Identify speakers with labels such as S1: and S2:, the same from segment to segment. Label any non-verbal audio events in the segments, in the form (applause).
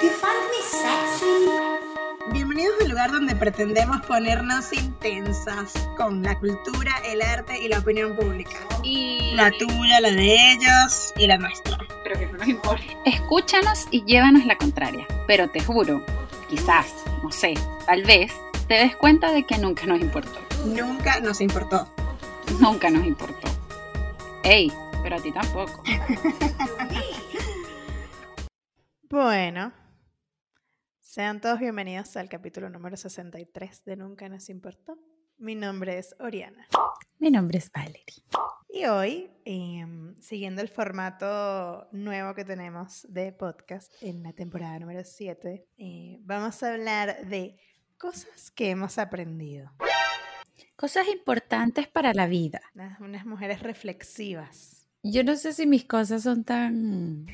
S1: You find me sexy.
S2: Bienvenidos al lugar donde pretendemos ponernos intensas con la cultura, el arte y la opinión pública.
S3: Y
S2: La tuya, la de ellos y la nuestra.
S3: pero que no nos importe.
S4: Escúchanos y llévanos la contraria, pero te juro, quizás, no sé, tal vez, te des cuenta de que nunca nos importó.
S2: Nunca nos importó.
S4: Nunca nos importó. Ey, pero a ti tampoco.
S5: Bueno, sean todos bienvenidos al capítulo número 63 de Nunca nos importó. Mi nombre es Oriana
S4: Mi nombre es Valerie.
S5: y hoy, em, siguiendo el formato nuevo que tenemos de podcast en la temporada número 7, eh, vamos a hablar de cosas que hemos aprendido.
S6: Cosas importantes para la vida.
S5: Unas, unas mujeres reflexivas.
S6: Yo no sé si mis cosas son tan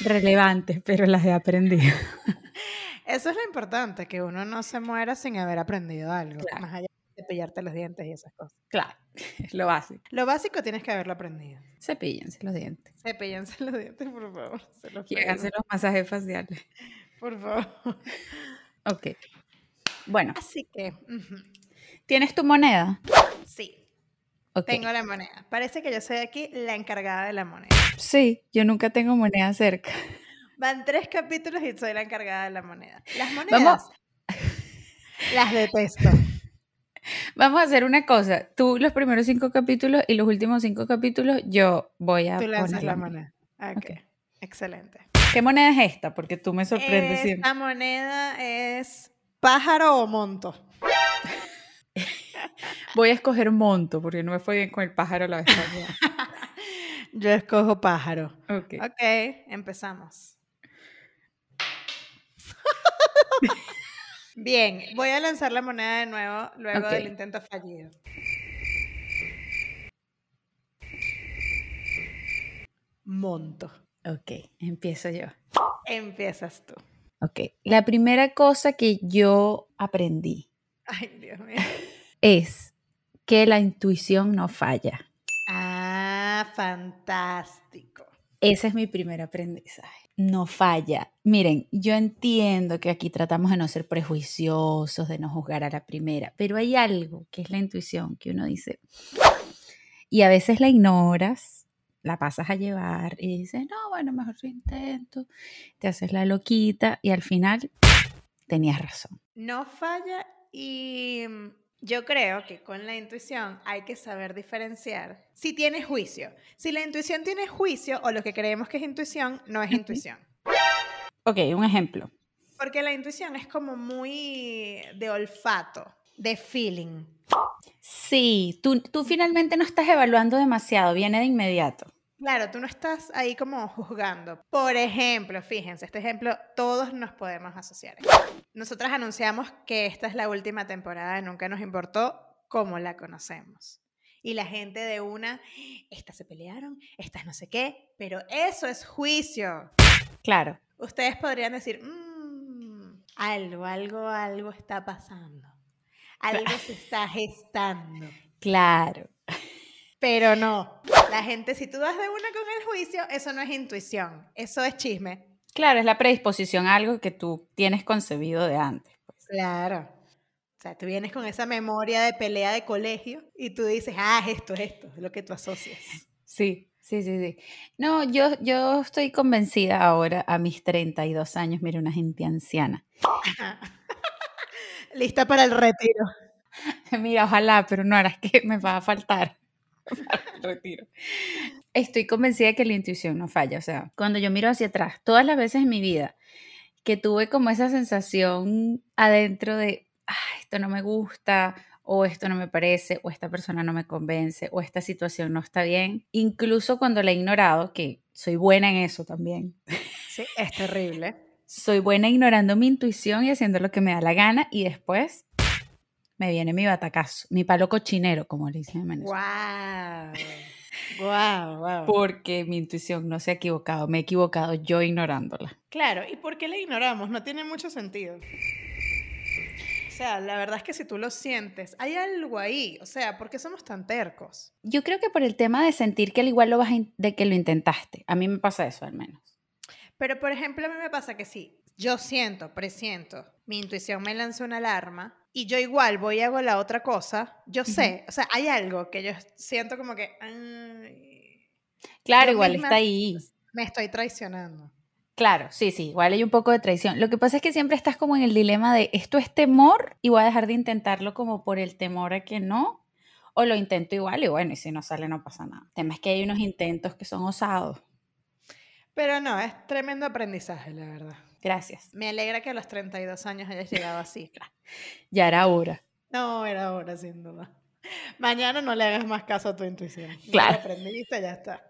S6: relevantes, pero las he aprendido.
S4: (laughs)
S5: Eso es lo importante, que uno no se muera sin haber aprendido algo,
S6: Claro.
S5: más allá de pillarte los dientes y esas cosas.
S6: Claro, es lo básico.
S5: Lo básico tienes que haberlo aprendido.
S6: Cepíllense los dientes.
S5: Cepillense los dientes, por favor. Se los
S6: Y
S5: pedimos,
S6: háganse los masajes faciales.
S5: Por favor.
S6: Ok. Bueno,
S5: Así que, ujú,
S6: ¿tienes tu moneda?
S5: sí,
S6: Ok.
S5: tengo la moneda. Parece que yo soy aquí la encargada de la moneda.
S6: Sí, yo nunca tengo moneda
S5: (laughs)
S6: cerca.
S5: Van tres capítulos y soy la encargada de la moneda. Las monedas.
S6: Vamos.
S5: Las
S6: (laughs)
S5: detesto.
S6: Vamos a hacer una cosa. Tú los primeros cinco capítulos y los últimos cinco capítulos yo voy a
S5: Tú lanzas
S6: poner
S5: la
S6: la
S5: moneda. Ok,
S6: Ok.
S5: excelente.
S6: ¿Qué moneda es esta? Porque tú me sorprendes siempre.
S5: Esta moneda es pájaro o monto.
S6: Voy a escoger monto porque no me fue bien con el pájaro la
S5: (laughs)
S6: vez pasada.
S5: Yo escojo pájaro.
S6: Ok.
S5: Ok, (laughs) empezamos. Bien, voy a lanzar la moneda de nuevo luego del
S6: Ok.
S5: intento fallido. Monto.
S6: Ok, empiezo yo.
S5: Empiezas tú.
S6: Ok, la primera cosa que yo aprendí
S5: Ay, Dios mío.
S6: es que la intuición no falla.
S5: Ah, fantástico.
S6: Ese es mi primer aprendizaje. No falla. Miren, yo entiendo que aquí tratamos de no ser prejuiciosos, de no juzgar a la primera, pero hay algo que es la intuición que uno dice. Y a veces la ignoras, la pasas a llevar y dices, no, bueno, mejor lo intento. Te haces la loquita y al final tenías razón.
S5: No falla y mm, yo creo que con la intuición hay que saber diferenciar si tiene juicio. Si la intuición tiene juicio o lo que creemos que es intuición, no es intuición.
S6: Ok, un ejemplo.
S5: Porque la intuición es como muy de olfato, de feeling.
S6: Sí, tú, tú finalmente no estás evaluando demasiado, viene de inmediato.
S5: Claro, tú no estás ahí como juzgando. Por ejemplo, fíjense, este ejemplo todos nos podemos asociar. Nosotras anunciamos que esta es la última temporada de Nunca nos importó como la conocemos. Y la gente de una, estas se pelearon, estas no sé qué, pero eso es juicio.
S6: Claro.
S5: Ustedes podrían decir, "Mm, algo, algo, algo está pasando. Algo se está gestando.
S6: Claro.
S5: Pero no. La gente, si tú das de una con el juicio, eso no es intuición, eso es chisme.
S6: Claro, es la predisposición a algo que tú tienes concebido de antes. pues.
S5: Claro. O sea, tú vienes con esa memoria de pelea de colegio y tú dices, ah, es esto, es esto, es lo que tú asocias.
S6: Sí, sí, sí, sí. No, yo, yo estoy convencida ahora a mis 32 años, mira, una gente anciana.
S5: Lista para el retiro.
S6: (laughs) Mira, ojalá, pero no, ahora es que me va a faltar. (laughs) para el Retiro. Estoy convencida de que la intuición no falla. O sea, cuando yo miro hacia atrás, todas las veces en mi vida que tuve como esa sensación adentro de "Ah, esto no me gusta, o esto no me parece, o esta persona no me convence, o esta situación no está bien, incluso cuando la he ignorado, que soy buena en eso también.
S5: Sí, es terrible.
S6: Soy buena ignorando mi intuición y haciendo lo que me da la gana, y después me viene mi batacazo, mi palo cochinero, como le dicen en Venezuela.
S5: (laughs) Wow. Wow, wow.
S6: Porque mi intuición no se ha equivocado, me he equivocado yo ignorándola.
S5: Claro, ¿y por qué la ignoramos? No tiene mucho sentido. sea, la verdad es que si tú lo sientes, hay algo ahí. O sea, ¿por qué somos tan tercos?
S6: Yo creo que por el tema de sentir que al igual lo vas a in- de que lo intentaste. A mí me pasa eso al menos.
S5: Pero, por ejemplo, a mí me pasa que sí, yo siento, presiento, mi intuición me lanza una alarma y yo igual voy y hago la otra cosa, yo sé, o sea, hay algo que yo siento como que "Ay,
S6: Claro,
S5: Yo
S6: igual
S5: misma-
S6: está ahí.
S5: me estoy traicionando.
S6: Claro, sí, sí, igual hay un poco de traición. Lo que pasa es que siempre estás como en el dilema de esto es temor y voy a dejar de intentarlo como por el temor a que no, o lo intento igual y bueno, y si no sale no pasa nada. El tema es que hay unos intentos que son osados.
S5: Pero no, es tremendo aprendizaje, la verdad.
S6: Gracias.
S5: Me alegra que a los 32 años hayas llegado así.
S6: Ya era hora.
S5: No, era ahora, sin duda. Mañana no le hagas más caso a tu intuición. Ya lo
S6: Claro.
S5: aprendiste, ya está.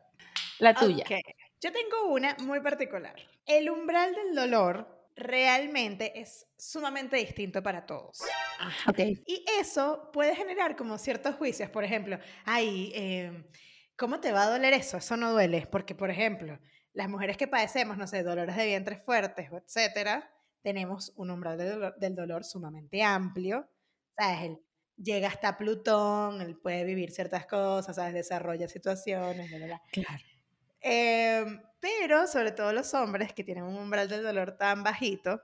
S6: La tuya.
S5: Ok. Yo tengo una muy particular. El umbral del dolor realmente es sumamente distinto para todos.
S6: Ok.
S5: Y eso puede generar como ciertos juicios. Por ejemplo, ay, eh, ¿cómo te va a doler eso? Eso no duele. Porque, por ejemplo, las mujeres que padecemos, no sé, dolores de vientre fuertes, o etcétera, tenemos un umbral del dolor, del dolor sumamente amplio. ¿Sabes? Él llega hasta Plutón, él puede vivir ciertas cosas, ¿sabes? Desarrolla situaciones, bla, bla, bla.
S6: Claro.
S5: Em, pero sobre todo los hombres que tienen un umbral del dolor tan bajito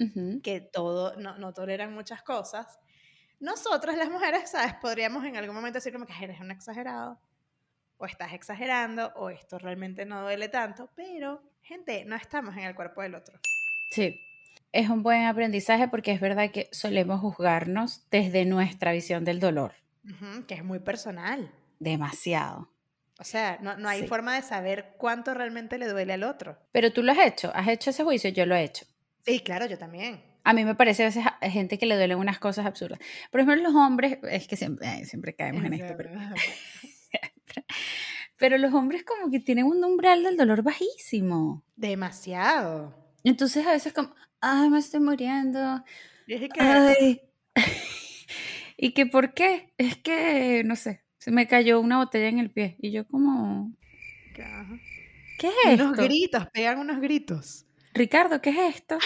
S6: Ujú.
S5: que todo no, no toleran muchas cosas. Nosotras las mujeres, ¿sabes? Podríamos en algún momento decir como que "Ay, eres un exagerado o estás exagerando o esto realmente no duele tanto, pero gente, no estamos en el cuerpo del otro.
S6: Sí. Es un buen aprendizaje porque es verdad que solemos juzgarnos desde nuestra visión del dolor.
S5: Ujú, que es muy personal.
S6: Demasiado.
S5: O sea, no, no hay
S6: Sí.
S5: forma de saber cuánto realmente le duele al otro.
S6: Pero tú lo has hecho, has hecho ese juicio, yo lo he hecho.
S5: Sí, claro, yo también.
S6: A mí me parece a veces a- a gente que le duelen unas cosas absurdas. Por ejemplo, los hombres, es que siempre, ay, siempre caemos
S5: (laughs)
S6: en esto, pero, pero los hombres como que tienen un umbral del dolor bajísimo.
S5: Demasiado.
S6: Entonces a veces como, ay, me estoy muriendo,
S5: Yo dije que
S6: ay. (laughs) ¿Y que por qué? Es que, no sé, se me cayó una botella en el pie. Y yo como,
S5: que, ajá.
S6: ¿qué
S5: Y
S6: es
S5: unos
S6: esto?
S5: gritos, pegan unos gritos.
S6: Ricardo, ¿qué es esto?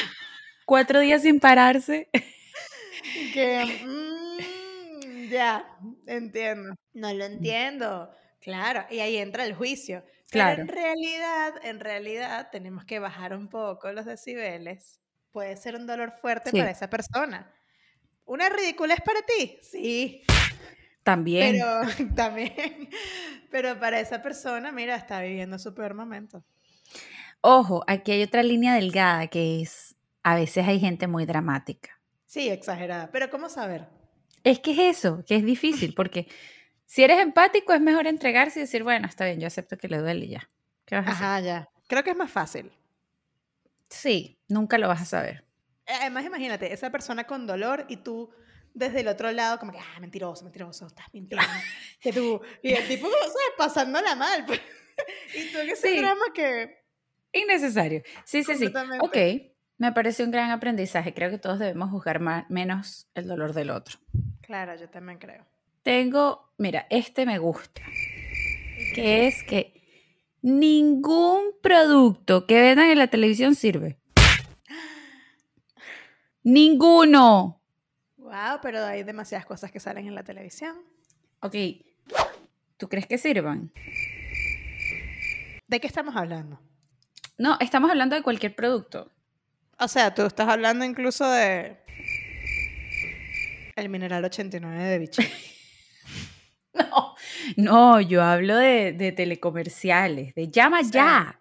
S6: Cuatro días sin pararse. (laughs)
S5: que mm, ya entiendo Mm. no lo entiendo claro y ahí entra el juicio Pero
S6: Claro.
S5: en realidad en realidad tenemos que bajar un poco los decibeles puede ser un dolor fuerte
S6: Sí.
S5: para esa persona una ridícula es para ti sí
S6: También.
S5: pero (laughs) también pero para esa persona mira está viviendo su peor momento
S6: Ojo, aquí hay otra línea delgada que es, a veces hay gente muy dramática.
S5: sí exagerada pero cómo saber
S6: Es que es eso, que es difícil, porque si eres empático es mejor entregarse y decir, bueno, está bien, yo acepto que le duele y ya. ¿Qué vas a hacer?
S5: ajá ya creo que es más fácil
S6: Sí, nunca lo vas a saber.
S5: Eh, Además, imagínate, esa persona con dolor y tú desde el otro lado como que, ah, mentiroso, mentiroso, estás
S6: (laughs)
S5: mintiendo. que tú, y el tipo, como, ¿sabes? Pasándola mal. pues. (laughs) y tú en ese
S6: Sí.
S5: drama que...
S6: Innecesario. Sí, sí, sí. Ok,
S5: Completamente.
S6: me parece un gran aprendizaje. Creo que todos debemos juzgar ma- menos el dolor del otro.
S5: Claro, yo también creo.
S6: Tengo, mira, este me gusta, que es que ningún producto que vendan en la
S5: (gasps)
S6: televisión sirve. Ninguno.
S5: Wow, pero hay demasiadas cosas que salen en la televisión.
S6: Ok, ¿tú crees que sirvan?
S5: ¿De qué estamos hablando?
S6: No, estamos hablando de cualquier producto. (laughs)
S5: O sea, tú estás hablando incluso de... El mineral 89 de bicho.
S6: (laughs) No, no yo hablo de, de telecomerciales, de llama
S5: Sí.
S6: ya,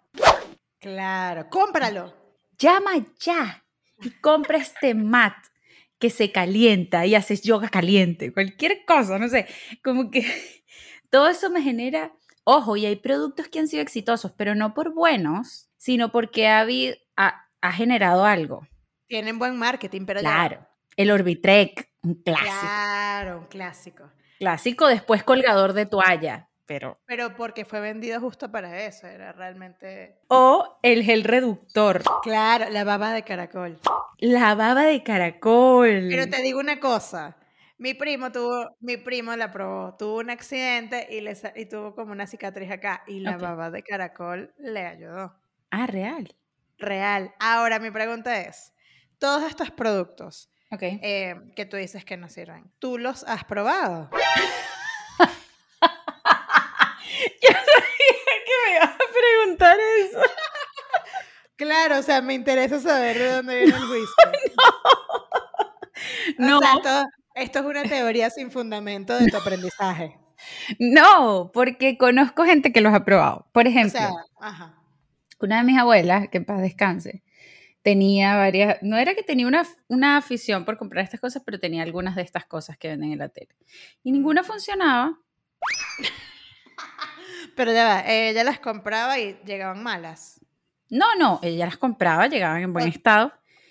S5: claro, cómpralo.
S6: llama ya y compra este mat que se calienta y haces yoga caliente, cualquier cosa, no sé, como que (laughs) todo eso me genera, ojo, y hay productos que han sido exitosos, pero no por buenos, sino porque ha, habido- ha- ha generado algo.
S5: Tienen buen marketing, pero ya-
S6: Claro, el Orbitrek, un clásico.
S5: Claro, un clásico.
S6: Clásico, después colgador de toalla, pero...
S5: Pero porque fue vendido justo para eso, era realmente...
S6: O el gel reductor,
S5: Claro, la baba de caracol.
S6: la baba de caracol.
S5: Pero te digo una cosa, mi primo tuvo, mi primo la probó, tuvo un accidente y, le, sa- y tuvo como una cicatriz acá y la
S6: Ok.
S5: baba de caracol le ayudó.
S6: Ah, real.
S5: Real. Ahora mi pregunta es, todos estos productos (laughs)
S6: Ok.
S5: eh, que tú dices que no sirven. ¿Tú los has probado?
S6: Yo sabía que me ibas a preguntar eso.
S5: Claro, o sea, me interesa saber de dónde viene el whisky.
S6: (laughs) No,
S5: O sea, esto, esto es una teoría sin fundamento de tu aprendizaje.
S6: no, porque conozco gente que los ha probado. Por
S5: O
S6: ejemplo,
S5: sea, ajá.
S6: una de mis abuelas, que en paz descanse, tenía varias, no era que tenía una, una afición por comprar estas cosas, pero tenía algunas de estas cosas que venden en la tele. Y ninguna funcionaba.
S5: Pero ya va, eh, ella las compraba y llegaban malas.
S6: No, no, ella las compraba, llegaban en buen
S5: Ok.
S6: estado.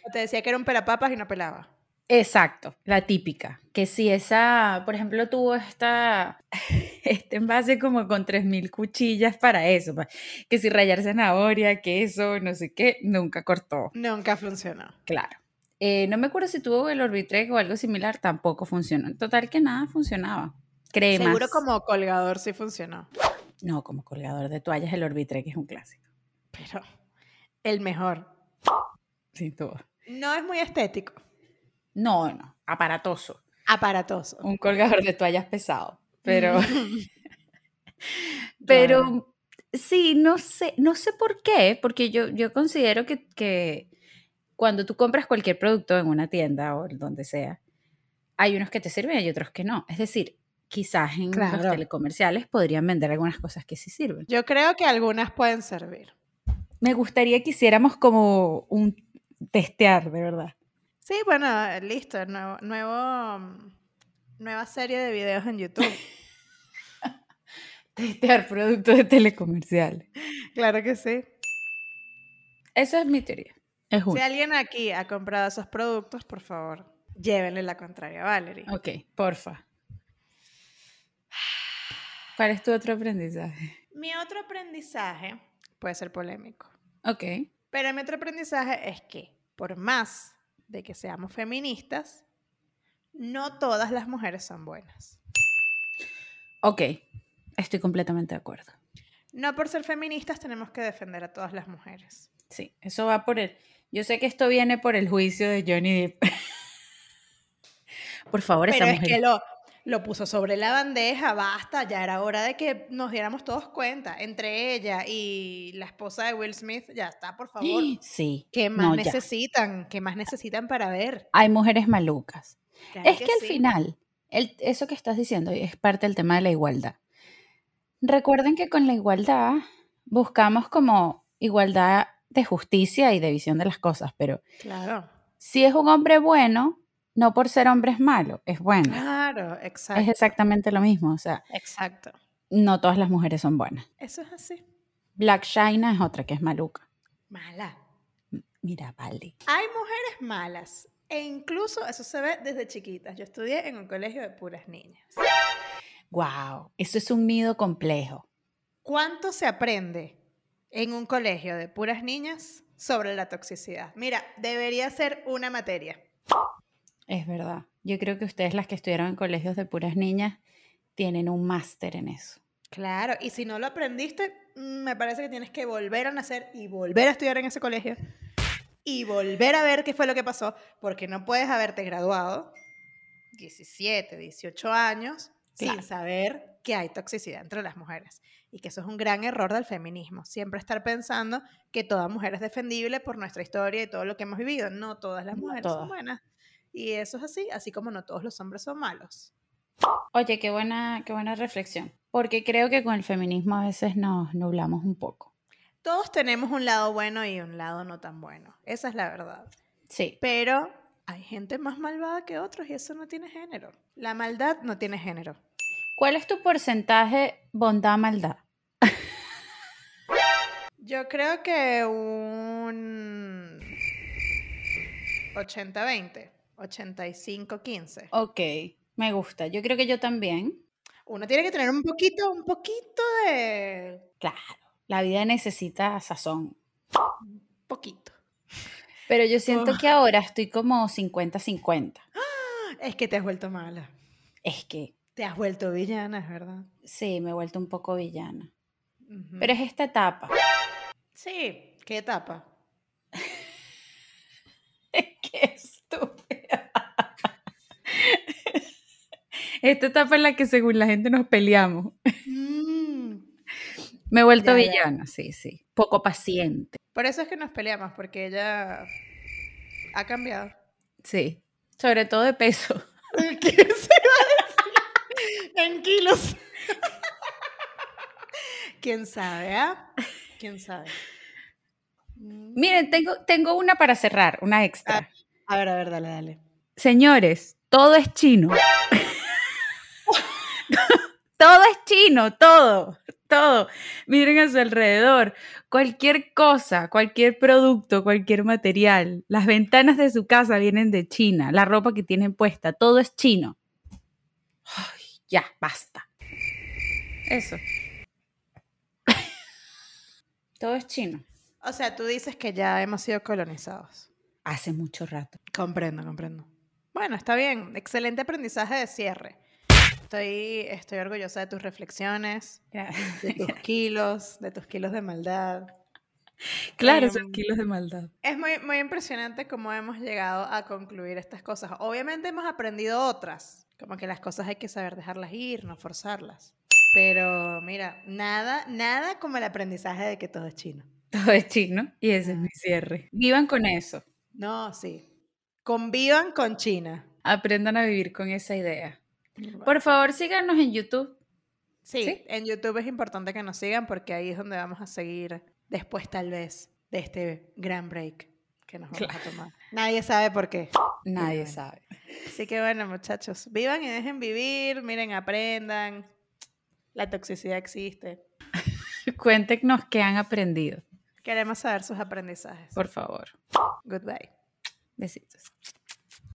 S5: O Te decía que era un pelapapas y no pelaba.
S6: Exacto, la típica. Que si esa, por ejemplo, tuvo esta, (laughs) este envase como con 3.000 cuchillas para eso, pa- que si rayar zanahoria, queso, no sé qué, nunca cortó,
S5: Nunca funcionó.
S6: claro. Eh, no me acuerdo si tuvo el Orbitrek o algo similar, tampoco funcionó. En total que nada funcionaba. Cremas.
S5: Seguro como colgador sí funcionó.
S6: No, como colgador de toallas el Orbitrek es un clásico.
S5: Pero el mejor.
S6: Sin duda.
S5: No es muy estético.
S6: No, no, aparatoso.
S5: Aparatoso.
S6: Un colgador de toallas pesado, (laughs) pero...
S5: Ya.
S6: Pero sí, no sé, no sé por qué, porque yo, yo considero que, que cuando tú compras cualquier producto en una tienda o en donde sea, hay unos que te sirven y hay otros que no. Es decir, quizás en los
S5: Claro.
S6: telecomerciales podrían vender algunas cosas que sí sirven.
S5: Yo creo que algunas pueden servir.
S6: Me gustaría que hiciéramos como un testear, de verdad.
S5: Sí, bueno, listo. Nuevo, nuevo, mm, nueva serie de videos en YouTube.
S6: Testear productos de telecomerciales.
S5: (laughs) claro que sí.
S6: Esa es mi teoría. Es
S5: Si
S6: una.
S5: alguien aquí ha comprado esos productos, por favor, llévenle la contraria a Valerie.
S6: Ok, porfa. ¿Cuál es tu otro aprendizaje?
S5: Mi otro aprendizaje puede ser polémico,
S6: Ok.
S5: pero mi otro aprendizaje es que por más de que seamos feministas, no todas las mujeres son buenas.
S6: Ok, estoy completamente de acuerdo.
S5: No por ser feministas tenemos que defender a todas las mujeres.
S6: Sí, eso va por el... Yo sé que esto viene por el juicio de Johnny Depp. (laughs) por favor, esa
S5: Pero es
S6: mujer...
S5: que lo, lo puso sobre la bandeja, basta, ya era hora de que nos diéramos todos cuenta. Entre ella y la esposa de Will Smith, ya está,
S6: (gasps)
S5: por favor.
S6: Sí,
S5: ¿Qué más
S6: no, ya.
S5: necesitan? ¿Qué más necesitan para ver?
S6: Hay mujeres malucas.
S5: Claro
S6: es que, al
S5: sí.
S6: final, el- eso que estás diciendo es parte del tema de la igualdad. Recuerden que con la igualdad buscamos como igualdad de justicia y de visión de las cosas, pero
S5: Claro,
S6: si es un hombre bueno, no por ser hombre es malo, es bueno.
S5: claro, Ah, exacto.
S6: Es exactamente lo mismo, o sea,
S5: Exacto.
S6: no todas las mujeres son buenas.
S5: Eso es así.
S6: Black China es otra que es maluca.
S5: Mala.
S6: Mira, Valdi.
S5: Hay mujeres malas. E incluso eso se ve desde chiquitas. Yo estudié en un colegio de puras niñas.
S6: Wow, eso es un nido complejo.
S5: ¿Cuánto se aprende en un colegio de puras niñas sobre la toxicidad? Mira, debería ser una materia.
S6: Es verdad. Yo creo que ustedes las que estuvieron en colegios de puras niñas tienen un máster en eso.
S5: Claro, y si no lo aprendiste, mm, me parece que tienes que volver a nacer y volver a estudiar en ese colegio y volver a ver qué fue lo que pasó, porque no puedes haberte graduado 17, 18 años
S6: Claro.
S5: sin saber que hay toxicidad entre las mujeres y que eso es un gran error del feminismo, siempre estar pensando que toda mujer es defendible por nuestra historia y todo lo que hemos vivido, no todas las
S6: No
S5: mujeres
S6: todas.
S5: son buenas. Y eso es así, así como no todos los hombres son malos.
S6: Oye, qué buena, qué buena reflexión. Porque creo que con el feminismo a veces nos nublamos un poco.
S5: Todos tenemos un lado bueno y un lado no tan bueno. Esa es la verdad.
S6: Sí.
S5: Pero hay gente más malvada que otros y eso no tiene género. La maldad no tiene género.
S6: ¿Cuál es tu porcentaje bondad-maldad?
S5: Yo creo que un 80-20, 85-15.
S6: Ok, me gusta. Yo creo que yo también.
S5: Uno tiene que tener un poquito, un poquito de...
S6: Claro, la vida necesita sazón.
S5: Poquito.
S6: Pero yo siento que ahora estoy como 50-50.
S5: Es que te has vuelto mala.
S6: Es que
S5: Te has vuelto villana, es verdad.
S6: sí, me he vuelto un poco villana.
S5: Ujú.
S6: Pero es esta etapa. (laughs)
S5: Sí, ¿qué etapa?
S6: Qué estúpida. (laughs) Esta etapa es la que según la gente nos peleamos.
S5: Mm.
S6: Me he
S5: Ya,
S6: vuelto
S5: ya.
S6: villana, sí, sí. Poco paciente.
S5: Por eso es que nos peleamos, porque ella ha cambiado.
S6: Sí. Sobre todo de peso.
S5: (laughs)
S6: (laughs)
S5: ¿Qué se iba a decir? En kilos. (laughs) ¿Quién sabe, ah? ¿Quién sabe? Mm.
S6: Miren, tengo, tengo una para cerrar, una extra.
S5: A ver, a ver, dale, dale.
S6: Señores, todo es chino. (laughs) todo es chino, todo, todo. Miren a su alrededor. Cualquier cosa, cualquier producto, cualquier material. Las ventanas de su casa vienen de China. La ropa que tienen puesta, todo es chino. Ay, ya, basta. Eso. (laughs) todo es chino.
S5: O sea, tú dices que ya hemos sido colonizados.
S6: Hace mucho rato.
S5: Comprendo, comprendo. Bueno, está bien. Excelente aprendizaje de cierre. Estoy, estoy orgullosa de tus reflexiones, de (laughs) tus kilos, de tus kilos de maldad.
S6: Claro,
S5: Em,
S6: son kilos de maldad.
S5: Es muy, muy impresionante cómo hemos llegado a concluir estas cosas. Obviamente hemos aprendido otras, como que las cosas hay que saber dejarlas ir, no forzarlas. Pero mira, nada, nada como el aprendizaje de que todo es chino.
S6: (laughs) Todo es chino y ese es mi cierre. Vivan con eso.
S5: No, sí. Convivan con China.
S6: Aprendan a vivir con esa idea. Por favor, síganos en YouTube.
S5: Sí,
S6: ¿Sí?
S5: en YouTube es importante que nos sigan porque ahí es donde vamos a seguir después tal vez de este gran break que nos vamos a tomar. Nadie sabe por qué.
S6: Nadie sabe. (laughs)
S5: Así que bueno, muchachos, vivan y dejen vivir, miren, aprendan. La toxicidad existe.
S6: Cuéntenos qué han aprendido,
S5: Queremos saber sus aprendizajes.
S6: por favor.
S5: Goodbye.
S6: Besitos.